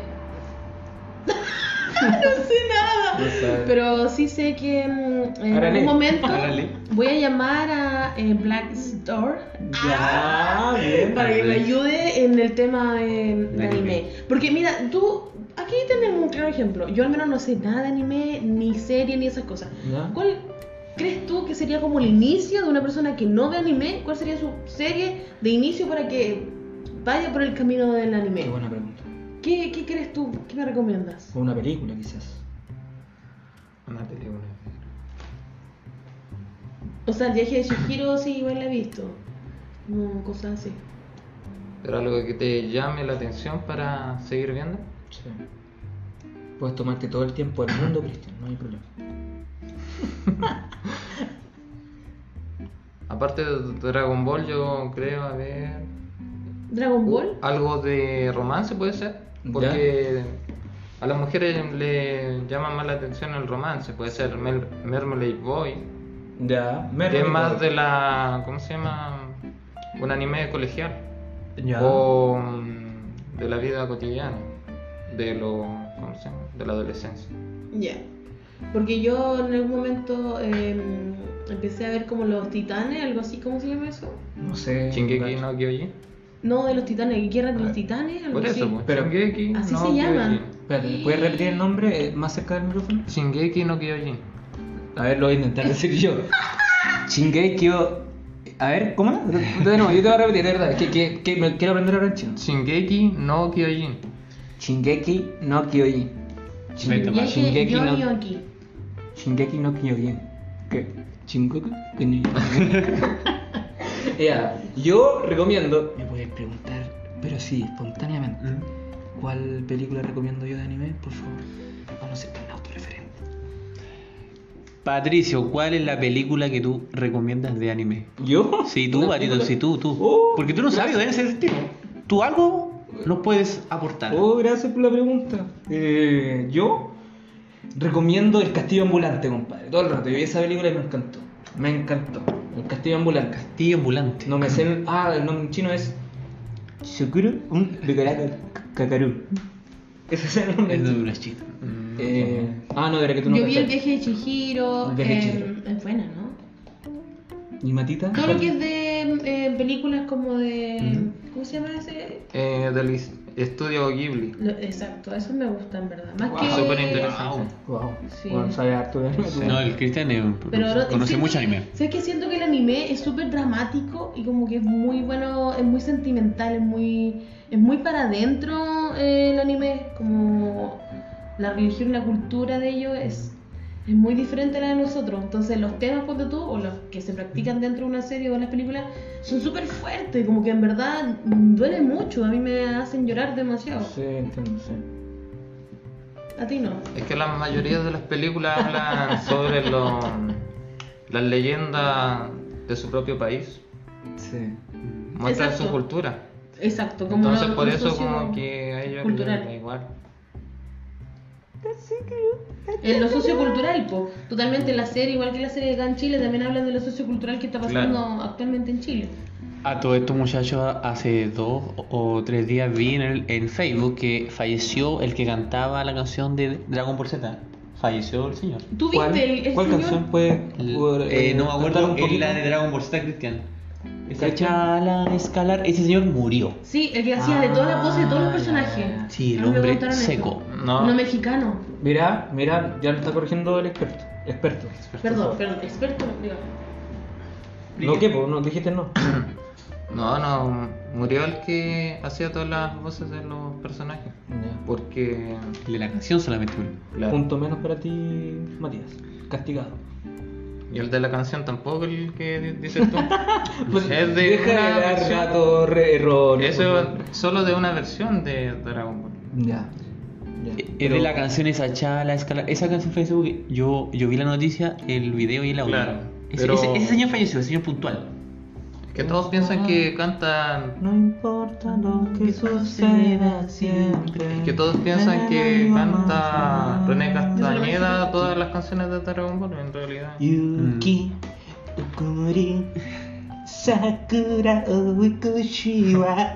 B: no sé nada.
A: No sabe.
B: Pero sí sé que mm, en
A: Árale.
B: algún momento
C: Árale.
B: voy a llamar a eh, Black Store Ah,
A: Ya, bien.
B: para que me ayude en el tema eh, de
C: De anime.
B: anime. Porque mira, tú. Aquí tenemos un claro ejemplo. Yo al menos no sé nada de anime, ni serie, ni esas cosas.
A: Ya.
B: ¿Cuál crees tú que sería como el inicio de una persona que no ve anime? ¿Cuál sería su serie de inicio para que vaya por el camino del anime?
A: Qué buena pregunta.
B: ¿Qué, qué crees tú? ¿Qué me recomiendas?
A: O una película, quizás.
D: Una película.
B: O sea, el viaje de Shihiro sí, igual la he visto. No, cosas así.
D: Pero algo que te llame la atención para seguir viendo.
A: Sí. Puedes tomarte todo el tiempo del mundo, Cristian, no hay problema.
D: Aparte de Dragon Ball, yo creo, a ver.
B: ¿Dragon Ball?
D: Algo de romance puede ser. Porque a las mujeres le llama más la atención el romance. Puede ser Mel- Mermaid Boy.
A: Ya,
D: que es más de la. ¿Cómo se llama? Un anime colegial.
A: Ya.
D: o mm, de la vida cotidiana, de lo, ¿cómo se llama? De la adolescencia.
B: Ya. Porque yo en algún momento eh, empecé a ver como los titanes, algo así, ¿cómo se llama eso?
A: No sé.
D: Shingeki
A: Eh, gacho.
D: no Kyojin.
B: No, de los titanes, guerra de los
D: Ah,
B: titanes, algo
D: Por
B: así.
D: eso, pues.
A: Pero-
D: Shingeki
B: Así
D: no
B: se llama.
D: Kyojin.
A: Espérate, ¿puedes repetir el nombre eh, más cerca del micrófono?
D: Shingeki no Kyojin.
A: A ver, lo voy a intentar decir yo. Shingeki o... A ver, ¿cómo? No, no, yo te voy a repetir, de verdad. Que, que, que me quiero aprender a hablar chino.
D: Shingeki no Kyojin.
A: Shingeki no Kyojin.
C: Vete,
A: Shin-
C: man.
B: Viaje
A: Shingeki
B: yo
A: no...
B: aquí.
A: Shingeki no Kyojin. ¿Qué? Shingeki no Kyojin. Ya, Yo recomiendo, me puedes preguntar, pero sí, espontáneamente,
C: ¿Mm?
A: ¿cuál película recomiendo yo de anime? Por favor, vamos a ser tan autorreferente.
C: Patricio, ¿cuál es la película que tú recomiendas de anime?
A: ¿Yo?
C: Sí, tú,
A: ¿Una
C: Patito,
A: película?
C: sí, tú, tú.
A: Oh,
C: Porque tú no sabes de ese tipo. Tú algo nos puedes aportar.
A: Oh, gracias por la pregunta. Eh, yo recomiendo El Castillo Ambulante, compadre. Todo el rato. Yo vi esa película y me encantó. Me encantó. El Castillo Ambulante.
C: Tío ambulante.
A: No me sé el... Ah, el nombre en chino es... Shukuru un Bikaraku Kakaru. Ese es el nombre.
C: Es
A: en
C: de
A: chino.
C: una chica. Mm,
A: Eh, ah, no, de la que tú no
B: Yo vi el
A: cachai.
B: viaje de Chihiro.
A: El viaje de
B: em,
A: Chihiro.
B: es buena, ¿no?
A: ¿Y Matita?
B: Todo lo que es de em, películas como de.
C: Ujú.
B: ¿Cómo se llama ese?
D: Eh, del is- estudio Ghibli.
B: Lo- exacto, eso me gusta en verdad. Más
A: Wow,
B: que.
D: superinteresante.
C: Wow.
A: Wow.
B: Sí.
A: Bueno, sabe harto de anime, tú.
C: No, el Cristian es un-
B: Pero ahora-
C: conoce
B: siento-
C: mucho anime.
B: ¿Sabes que Siento que el anime es súper dramático y como que es muy bueno, es muy sentimental, es muy, es muy para adentro eh, el anime. Como la religión, la cultura de ellos es, es muy diferente a la de nosotros. Entonces los temas, ponte tú, o los que se practican dentro de una serie o en las películas, son súper fuertes, como que en verdad duele mucho. A mí me hacen llorar demasiado.
A: Sí, entiendo, sí.
B: A ti no.
D: Es que la mayoría de las películas hablan sobre lo- las leyendas de su propio país.
A: Sí.
D: Muestran
B: Exacto.
D: su cultura.
B: Exacto, como
D: Entonces
B: una-
D: por
B: un
D: eso
B: socio-
D: como que a ellos
B: cultural.
D: les da igual.
B: En lo sociocultural, po. totalmente la serie, igual que la serie de acá en Chile, también hablan de lo sociocultural que está pasando actualmente en Chile.
C: A todos estos muchachos hace dos o tres días vi en, el- en Facebook que falleció el que cantaba la canción de Dragon Ball Z. Falleció el señor.
B: ¿Tú viste
A: ¿Cuál,
B: el, el
A: cuál
B: señor?
A: canción puede,
C: El-
A: puede,
C: eh, no me
A: cantar
C: acuerdo,
A: un
C: es
A: poquito?
C: la de Dragon Ball Z, Cristian. Esa
A: ¿Cacha?
C: escala, escalar, ese señor murió.
B: Sí, el que hacía de todas las poses de todos los
A: Ah,
B: personajes.
A: ya, ya.
C: Sí, el
B: No me
C: hombre
B: contaron eso.
C: seco.
D: No.
B: No mexicano.
A: Mira, mira, ya lo está corrigiendo el experto. Experto.
B: Perdón, perdón, experto, digo.
A: No, ¿qué? po? No, dijiste no.
D: No, no, murió el que hacía todas las voces de los personajes.
A: Ya.
D: Porque...
C: El de la canción solamente murió.
A: Punto menos para ti, Matías. Castigado.
D: Y el de la canción tampoco, el que di- dices tú.
A: Pues,
D: Es de
A: deja de
D: una
A: dar
D: versión.
A: datos re- erróneos. por
D: Eso
A: favor.
D: solo de una versión de Dragon Ball.
A: Ya. ya.
C: El
A: Eh, Pero-
C: de la canción esa chala, escalar. Esa canción falleció porque yo, yo vi la noticia, el video y el audio.
D: Claro,
C: Ese,
D: pero-
C: ese- ese señor falleció, el señor puntual.
D: Que todos piensan que cantan...
A: No importa lo que suceda siempre.
D: Que todos piensan que canta René Castañeda todas las canciones de Dragon Ball, en realidad.
A: Yuki, Ukumuri, Sakura, Oikushi wa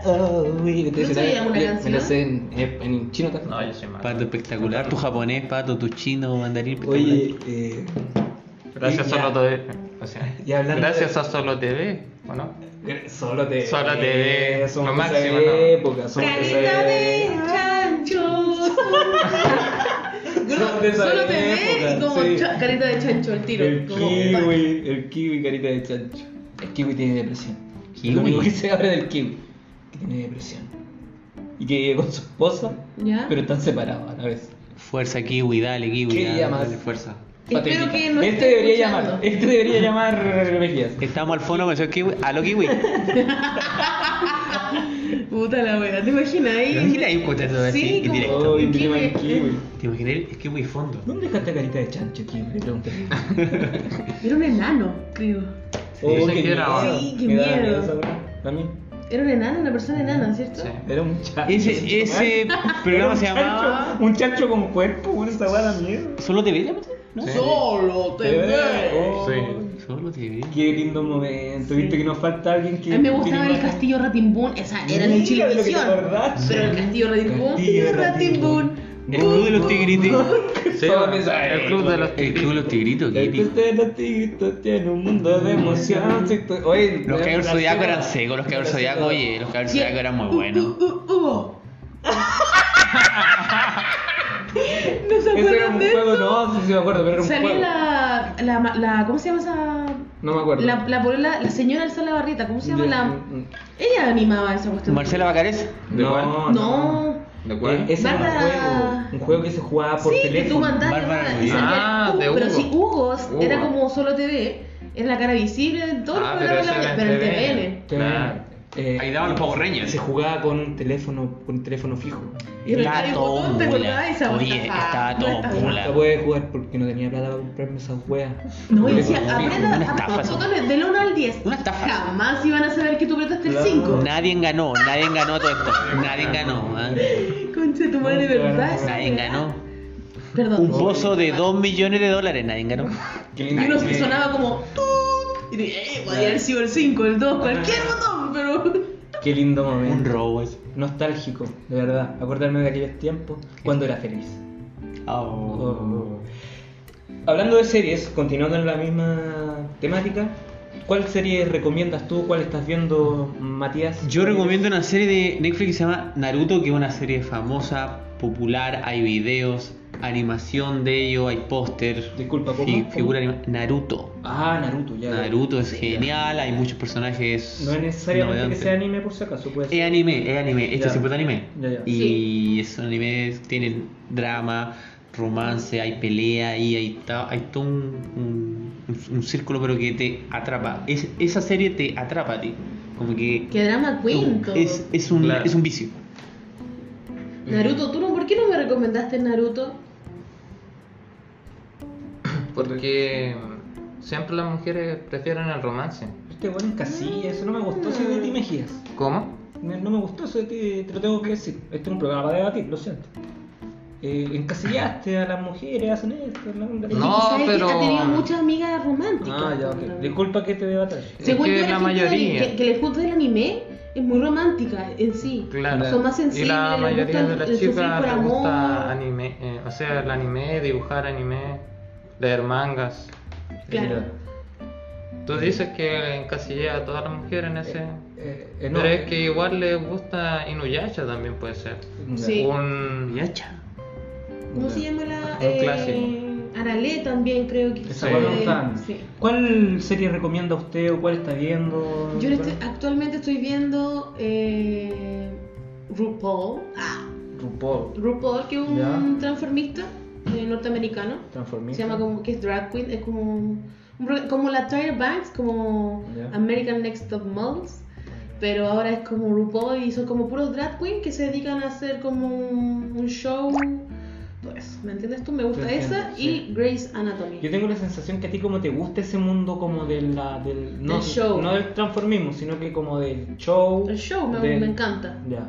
A: Oi.
B: ¿No sabía alguna
A: Me la
B: canción?
A: sé en, en chino también.
D: No, yo soy malo.
C: Pato espectacular, tu japonés, pato, tu chino, mandarín.
A: Oye,
C: espectacular.
A: eh,
D: Gracias
A: y
D: a
A: ya.
D: Solo TV. O sea,
A: Y hablando
D: gracias
A: de-
D: a Solo TV, ¿o no?
A: Solo te
D: Solo te-
A: Somos
D: lo
A: de
D: máximo,
A: esa
D: ¿no?
A: época, somos de esa
B: Carita de
A: época.
B: chanchos.
A: Son de esa
B: Solo te ve y
A: época,
B: como
A: sí.
B: cha- carita de chancho el tiro.
A: El
B: como-
A: kiwi, el kiwi carita de chancho. El kiwi tiene depresión.
C: Kiwi.
A: Lo único que se habla del kiwi, que tiene depresión. Y que vive con su esposa,
B: ¿Ya?
A: pero están separados a la vez.
C: Fuerza, kiwi, dale, kiwi.
A: ¿Qué
C: dale,
A: llamas?
C: dale, fuerza.
B: Espero que no
A: este
B: esté
A: debería
B: escuchando.
A: llamar, este debería llamar Mejías.
C: Estamos al fondo con el señor kiwi. Aló, kiwi.
B: Puta la wea, ¿te imaginas ahí?
C: ¿Te imaginas ahí,
A: pues.
C: puta, todo así,
B: Sí,
C: en directo?
A: Oh, el
B: el
A: tema del kiwi.
C: Te imaginé, es kiwi fondo.
A: ¿Dónde está esta carita de chancho, kiwi? Le pregunté.
B: Era un enano, creo.
A: Oh,
D: Sí,
A: qué
D: que
A: miedo.
D: era ahora.
B: Sí, qué
A: Me da
B: miedo.
A: esa weá. A mí,
B: Era un enano, una persona enana, ¿cierto?
D: Sí.
A: era un chancho.
C: Ese, ese
A: Era
C: programa
A: un
C: se
A: chancho,
C: llamaba.
A: Un chancho con cuerpo, bueno, esa weá da miedo.
C: ¿Solo te ve, ¿no?
D: Sí.
B: Solo te
A: Eh,
B: ve.
A: oh.
D: Sí.
C: Solo te ve.
A: Qué lindo momento, viste que nos falta alguien que.
B: A mí me gustaba
A: tiene
B: el
A: imagen.
B: castillo Ratimbun, esa era en el
A: Mira de lo que te
B: Chilevisión.
A: acordás.
B: Pero el castillo Ratimbun,
A: Castillo Ratimbun.
B: Ratimbun.
C: El club de los tigritos.
D: Sí,
A: Todo me sale.
D: el club de los
C: El club de los tigritos,
A: El
C: Kitty.
A: club de los tigritos tiene un mundo de emoción. Si tú- Oye,
C: Los
A: la-
C: caballeros
A: la-
C: zodiacos eran secos, los caballeros zodiacos, oye, los caballeros zodiacos eran muy buenos.
B: Uh, uh, uh, uh. ¿No se
A: Ese era un
B: acuerdan de
A: juego,
B: eso?
A: no sé si me acuerdo, pero era un
B: Salía
A: juego.
B: la, la, la. ¿Cómo se llama esa.?
A: No me acuerdo.
B: La, la, polola- la señora alza la barrita, ¿cómo se llama
A: Ya,
B: la.?
A: mm, mm.
B: Ella animaba esa cuestión.
C: Marcela Bacares,
A: No,
D: ¿De
A: no.
B: No,
D: ¿De cuál?
A: Eh, ese era un
B: Bárbara.
A: juego, un juego que se jugaba por
B: sí, que tú
A: teléfono.
B: mandaste
C: Bárbara
B: ¿verdad?
C: Ruiz.
B: y salía
D: Ah,
B: Hugo,
D: de
B: pero
D: Hugo.
B: si Hugo
D: Hugo.
B: era como solo TV, era la cara visible de todos los
D: Ah, pero
B: programas,
D: ese era en
B: pero el
D: TVN.
B: TVN.
A: Te-
D: Claro.
A: eh,
C: Ahí daban los Power Rangers.
A: Se jugaba con un teléfono, con un teléfono fijo.
B: Y
A: Y
B: el Harry Potter, ¿te acordás? Esa
C: Oye,
B: botaja.
C: estaba
B: No
C: todo
B: estaba-
A: nunca pude jugar porque no tenía plata para comprarme esas weas.
B: No, y
A: Porque
B: decía,
A: no,
B: aprieta,
C: una
B: aprieta
C: estafa, eso.
B: botones del 1 al 10.
C: Una estafa.
B: Jamás iban a saber que tú apretaste el
A: Claro.
B: 5.
C: Nadie ganó, nadie ganó todo esto. Nadie ganó. ¿ah?
B: Concha de tu madre,
A: No, claro.
B: ¿verdad? Esa
C: Nadie
B: weá.
C: ganó.
B: Perdón.
C: Un pozo de 2 millones de dólares, nadie ganó.
A: Qué
B: Y
A: lindo
B: uno
A: que-
B: sonaba como. "Tuc", Y dije, eh, podría haber sido el 5, el 2, cualquier botón, pero.
A: Qué lindo
C: Un
A: momento.
C: robo eso.
A: Nostálgico, de verdad. Acordarme de aquellos tiempos cuando era feliz.
C: Oh.
A: Hablando de series, continuando en la misma temática, ¿cuál serie recomiendas tú? ¿Cuál estás viendo, Matías?
C: Yo recomiendo una serie de Netflix que se llama Naruto, que es una serie famosa, popular, hay videos, animación de ello, hay póster,
A: Disculpa, ¿cómo?
C: fi-
A: ¿Cómo?
C: figura anima- Naruto.
A: Ah, Naruto, ya.
C: Naruto es genial, hay muchos personajes.
A: No es necesariamente
C: novedantes.
A: que sea anime por si acaso, puede ser.
C: Es anime, es anime,
A: Ya.
C: este se puede anime.
A: Ya, ya.
C: Y esos animes tienen drama, romance, hay pelea y hay, ta- hay todo un, un- un círculo pero que te atrapa. Es- esa serie te atrapa a ti. Como que
B: Qué drama queen, todo.
C: es, es un,
D: Claro.
C: es un vicio.
B: Naruto, ¿tú no? ¿Por qué no me recomendaste Naruto?
D: Porque siempre las mujeres prefieren el romance.
A: Este weón es casilla, eso no me gustó eso de ti, Mejías.
D: ¿Cómo?
A: Me- No me gustó eso de ti, te lo tengo que decir. Este es un programa para debatir, lo siento. Eh, encasillaste a las mujeres, hacen esto, la onda.
B: Es que
D: No,
B: sabes que
D: pero-
B: Ha tenido muchas amigas románticas.
A: Ah, ya,
B: pero-
A: ok. Disculpa que te debata.
B: Según
D: Es que
B: yo, la,
D: la
B: gente
D: mayoría.
B: del- que, que les gusta el anime es muy romántica en sí.
D: Claro.
B: Son más
D: y
B: sensibles.
D: la
B: les
D: mayoría
B: gusta
D: de
B: el
D: las
B: sufrir
D: chicas
B: por
D: les
B: amor.
D: gusta anime, eh, o sea, el anime, dibujar anime, leer mangas.
B: Claro.
A: Eh,
D: Tú dices que encasillé a todas las mujeres en ese...
A: Eh, eh, no.
D: Pero es que igual les gusta Inuyasha también puede ser.
A: Ya.
B: Sí.
D: Un...
C: Yacha.
B: ¿Cómo se llama la? eh,
D: Un clásico.
B: Arale también creo que
A: Esa
D: Sí.
A: weá me
B: Eh,
A: gustaba.
B: sí.
A: ¿Cuál serie recomienda usted o cuál está viendo?
B: Yo le estoy- actualmente estoy viendo eh, RuPaul. Ah,
A: RuPaul.
B: RuPaul, que es un
A: Ya.
B: transformista eh, norteamericano.
A: Transformista.
B: Se llama como que es drag queen, es como un pro- como la Tyra Banks, como
A: Ya.
B: American Next Top Models, pero ahora es como RuPaul y son como puros drag queen que se dedican a hacer como un, un show. Todo eso, ¿me entiendes tú? Me gusta
A: Te entiendo,
B: esa
A: sí.
B: y Grey's Anatomy.
A: Yo tengo la sensación que a ti como te gusta ese mundo como de la, del... No,
B: Del show.
A: no del transformismo, sino que como del show.
B: El show me,
A: del-
B: me encanta.
A: Ya.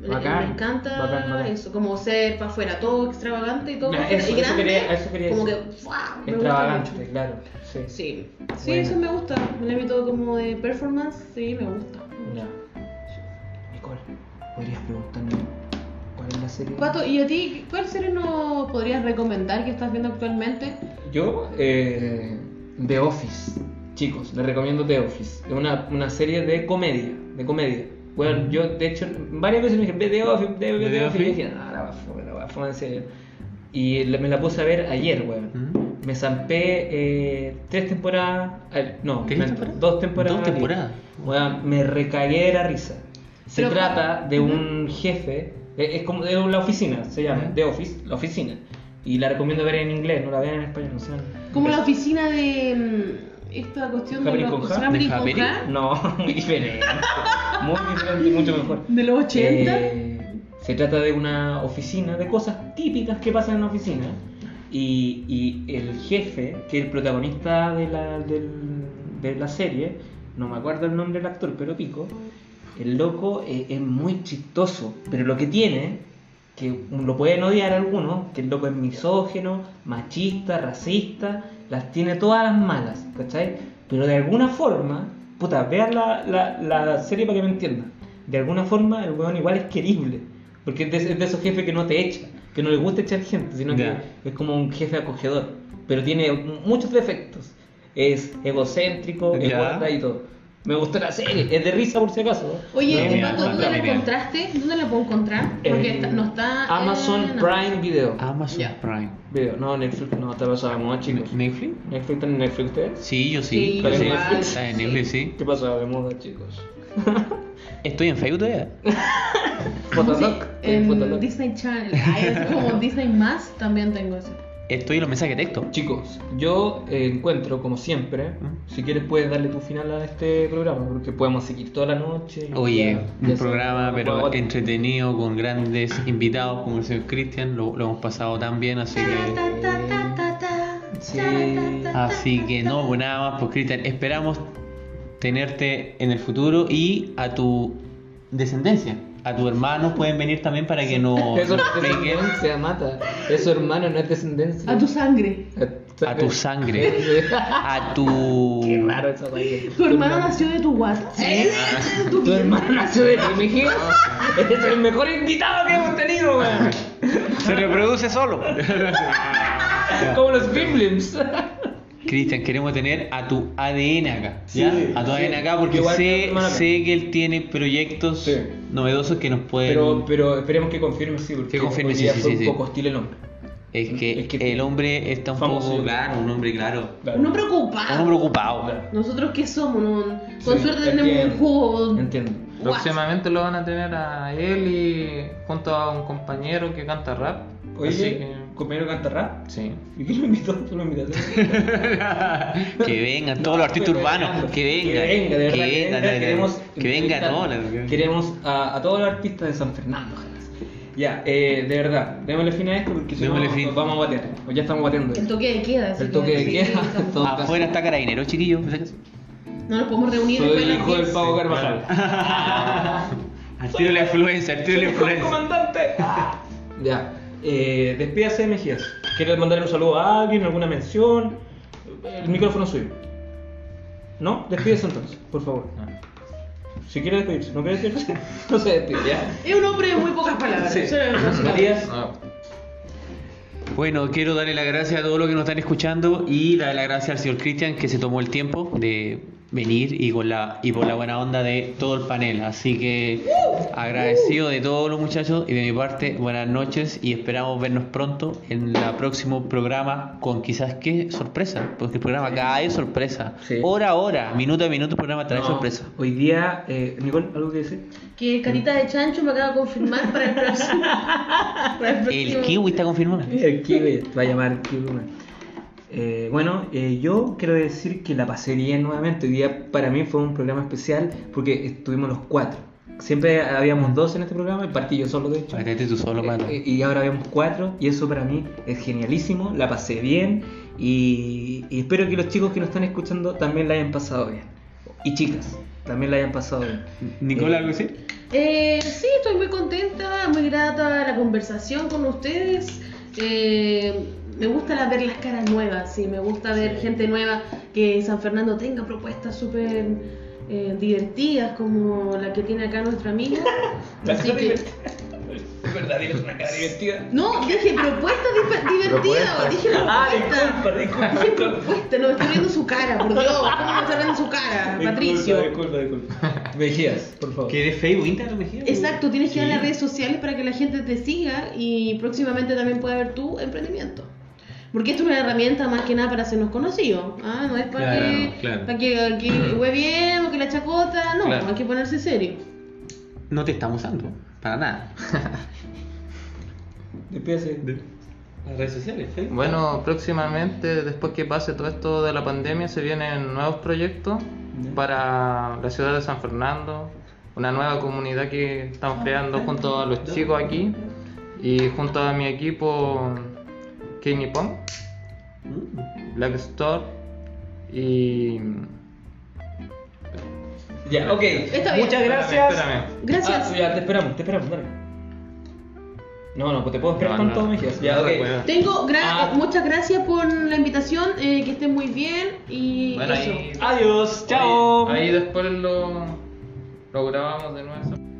B: Me-
A: Bacán,
B: me encanta
A: bacán, bacán.
B: eso, como ser para afuera, todo extravagante y todo
A: Ya,
B: para afuera,
A: eso-
B: y
A: eso
B: grande,
A: quería- eso quería
B: como que
A: decir.
B: ¡fua! me gusta mucho.
A: Extravagante, claro. Sí.
B: Sí, sí,
A: Bueno.
B: eso me gusta. Un ámbito como de performance, sí, me gusta.
A: Ya. Nicole, podrías preguntarme cuál es la serie.
B: Pato, ¿y a ti cuál serie nos podrías recomendar que estás viendo actualmente?
A: Yo, eh, The Office, chicos, les recomiendo The Office. Es una, una serie de comedia, de comedia. Bueno, yo, de hecho, varias veces me dije, ve The Office, ve ve The, Office.
C: The
A: Y
C: Office.
A: dije, no, la voy la fue en serio. Y la- me la puse a ver ayer, weón.
C: ¿Mm?
A: Me zampé eh, tres temporadas. al- No,
C: ¿Tres
A: me-
C: temporadas?
A: dos temporadas.
C: Dos temporadas.
A: Weón, me recagué de la risa. Se
B: Pero-
A: trata de un jefe, eh, es como de la oficina, se llama,
C: Ujú.
A: The Office, la oficina. Y la recomiendo ver en inglés, no la vean en español, no sean.
B: Como la oficina de mm, esta cuestión de
A: Happily
B: los,
A: con Ja.
B: Happily
C: ¿De
B: con
C: Happily?
B: Ja,
A: No, muy diferente. Muy diferente, mucho mejor.
B: de los 80.
A: Eh, se trata de una oficina, de cosas típicas que pasan en una oficina. Y, y el jefe, que es el protagonista de la, del- de la serie, no me acuerdo el nombre del actor, pero pico, el loco eh, es muy chistoso. Pero lo que tiene, que lo pueden odiar algunos, que el loco es misógeno, machista, racista, las tiene todas las malas, ¿cachai? Pero de alguna forma, puta, vean la, la, la serie para que me entiendan. De alguna forma, el weón igual es querible, porque es de, es de esos jefes que no te echa, que no le gusta echar gente, sino que
C: Ya.
A: es como un jefe acogedor, pero tiene m- muchos defectos. Es egocéntrico, es
C: Ya.
A: guarda y todo. Me gustó la serie, es de risa por si acaso.
B: Oye,
C: no,
B: Pato, ¿dónde
C: no,
B: la
C: no.
B: encontraste? ¿Dónde la puedo encontrar? Porque
A: En
B: está- no está.
A: Eh, Amazon
B: en-
A: Prime Video.
C: Amazon
B: Ya.
C: Prime.
A: Video, no, Netflix no, te lo sabemos, chicos.
C: ¿Netflix?
A: ¿Netflix están en Netflix ustedes?
C: Sí, yo
B: Sí,
C: sí.
A: yo
C: sí.
A: igual.
C: Está en Netflix, sí.
A: ¿Qué pasa de moda, chicos?
C: Estoy en Facebook todavía.
A: Fotolog.
B: Ah, en
A: Fotolog.
B: Disney Channel. Ay, es como Disney más, también tengo eso.
C: Estoy en los mensajes de texto.
A: Chicos, yo eh, encuentro, como siempre,
C: ¿Mm?
A: si quieres puedes darle tu final a este programa, porque podemos seguir toda la noche. y
C: Oye,
A: ya- ya
C: un
A: se-
C: programa
A: Bueno,
C: pero
A: otro.
C: entretenido con grandes invitados como el señor Cristian, lo, lo hemos pasado tan bien, así que
B: Ta, ta, ta, ta, ta.
A: Sí.
C: así que no, pues nada más, pues Cristian, esperamos tenerte en el futuro y a tu descendencia, a tus hermanos pueden venir también para que no
A: Eso no
C: nos
A: es
C: peguen
A: descendencia, mata. Eso, hermano, no es descendencia. Eh,
B: A tu sangre.
C: a tu sangre, a tu
A: Qué raro esa vaina.
B: ¿Tu hermano nació de tu guata?
A: Tu hermano nació de mi hija. Este es el mejor invitado que hemos tenido, weón.
C: se reproduce solo.
A: Como los Gremlins.
C: Cristian, queremos tener a tu ADN acá.
A: Sí,
C: ¿ya? a tu
A: sí.
C: ADN acá porque
A: Igual que
C: sé,
A: hermana mía.
C: sé que él tiene proyectos
A: Sí.
C: novedosos que nos pueden...
A: Pero, pero esperemos que confirme, sí, porque
C: Que confirme,
A: hoy
C: sí,
A: día
C: sí,
A: fue
C: sí,
A: un
C: sí.
A: poco hostil el hombre.
C: es, que
A: es que-
C: el hombre está un
A: Famoso.
C: poco... Claro, un hombre claro.
B: No
C: Un hombre
B: preocupado.
C: ocupado.
A: Claro.
B: Nosotros qué somos, no? con
A: Sí,
B: suerte tenemos
A: entiendo.
B: un jugo.
A: Entiendo.
B: guasa.
D: Próximamente lo van a tener a él y junto a un compañero que canta rap. así
A: Oye,
D: que-
A: compañero Cantarra,
D: sí.
A: ¿y quién lo invitó? ¿Tú lo invitaste?
C: que vengan todos los artistas
A: Pero,
C: urbanos.
A: Leandro,
C: Que vengan.
A: pues, Que venga, de verdad. Que venga,
C: de verdad.
A: queremos,
C: Que vengan
A: entrevistar-
C: todos.
A: Queremos a, a todos los artistas de San Fernando. ojalá. Ya, eh, de verdad, démosle fin a esto porque si no,
C: Démosle fin.
A: nos vamos a batear. O ya estamos bateando.
B: El toque de queda. así
A: El toque de
B: sí,
A: queda.
B: estamos-
A: todo caso.
C: Afuera está carabinero, chiquillo. ¿por si acaso?
B: No nos podemos reunir
A: Soy
B: después
A: el
B: de las
A: hijo del
B: 10.
A: Pavo Carvajal.
C: Al tiro de la influencia, al tiro de la influencia.
A: comandante! ya, eh, despídase de Mejías. ¿Quieres mandarle un saludo a alguien, alguna mención? El micrófono es suyo. ¿No? Despídese entonces, por favor. Si quiere despedirse, ¿no quiere despedirse? no se despide, ya.
B: Es un hombre de muy pocas palabras.
A: Sí.
B: Eso es lo que-
A: Matías,
D: No,
C: Bueno, quiero darle las gracias a todos los que nos están escuchando y darle las gracias al señor Cristian que se tomó el tiempo de venir y con la y por la buena onda de todo el panel. Así que agradecido de todos los muchachos y de mi parte buenas noches y esperamos vernos pronto en el próximo programa con quizás qué sorpresa, porque el programa cae sorpresa.
A: Sí.
C: Hora a hora, minuto a minuto el programa trae
A: no,
C: sorpresa.
A: Hoy día, eh, Nicole, ¿algo que decir?
B: Que Carita de Chancho me acaba de confirmar para el próximo. para el próximo-
C: El kiwi está confirmado.
A: El Kiwi, te va a llamar el Kiwi, man. Eh, bueno, eh, yo quiero decir que la pasé bien nuevamente. Hoy día para mí fue un programa especial porque estuvimos los cuatro. Siempre habíamos dos en este programa y partí yo solo, de hecho.
C: Métete tú este solo, mano.
A: Eh, y ahora habíamos cuatro y eso para mí es genialísimo. La pasé bien y, y espero que los chicos que nos están escuchando también la hayan pasado bien. Y chicas, también la hayan pasado bien.
C: Nicola, algo así.
B: Eh, sí, estoy muy contenta, muy grata la conversación con ustedes. Eh, me gusta la- ver las caras nuevas, sí, me gusta ver gente nueva que San Fernando tenga propuestas súper eh, divertidas como la que tiene acá nuestra amiga. Así que-
A: Es verdad, tienes una cara divertida.
B: no, dije propuestas diver- divertidas, dije
A: Ah,
B: propuestas.
A: disculpa, disculpa, disculpa.
B: Propuesta, no, me está viendo su cara, por Dios, ¿cómo me está viendo su cara, Patricio?
A: Disculpa, disculpa, disculpa. Mejías, por favor.
C: ¿Quieres Facebook, Instagram, Mejía?
B: Exacto, tienes que ir a
C: Sí.
B: las redes sociales para que la gente te siga y próximamente también pueda ver tu emprendimiento. Porque esto es una herramienta más que nada para hacernos conocidos. Ah, no es para
C: Claro,
B: que,
C: claro.
B: para que, que hueviemos, que la chacota, no,
D: Claro.
B: hay que ponerse serio.
C: No te estamos usando, para nada.
A: Despídase.
C: Las redes sociales, Facebook.
D: Bueno, próximamente, después que pase todo esto de la pandemia, se vienen nuevos proyectos para la ciudad de San Fernando, una nueva comunidad que estamos creando junto a los chicos aquí y junto a mi equipo Kenny Pong,
A: Mm.
D: Black Store y...
A: Ya, ok.
B: Está bien.
A: Muchas gracias.
D: Espérame,
B: Gracias.
A: Ah, ya, te esperamos, te esperamos, dale. No, no, pues te puedo esperar
D: No,
A: con
D: no.
A: todo, Mejías. Ya,
D: No
A: ok.
D: recuerdo.
B: Tengo gra-
A: Ah.
B: eh, muchas gracias por la invitación, eh, que estén muy bien y
D: Bueno,
B: eso.
D: ahí-
A: Adiós, chao.
D: Ahí, ahí después lo, lo grabamos de nuevo.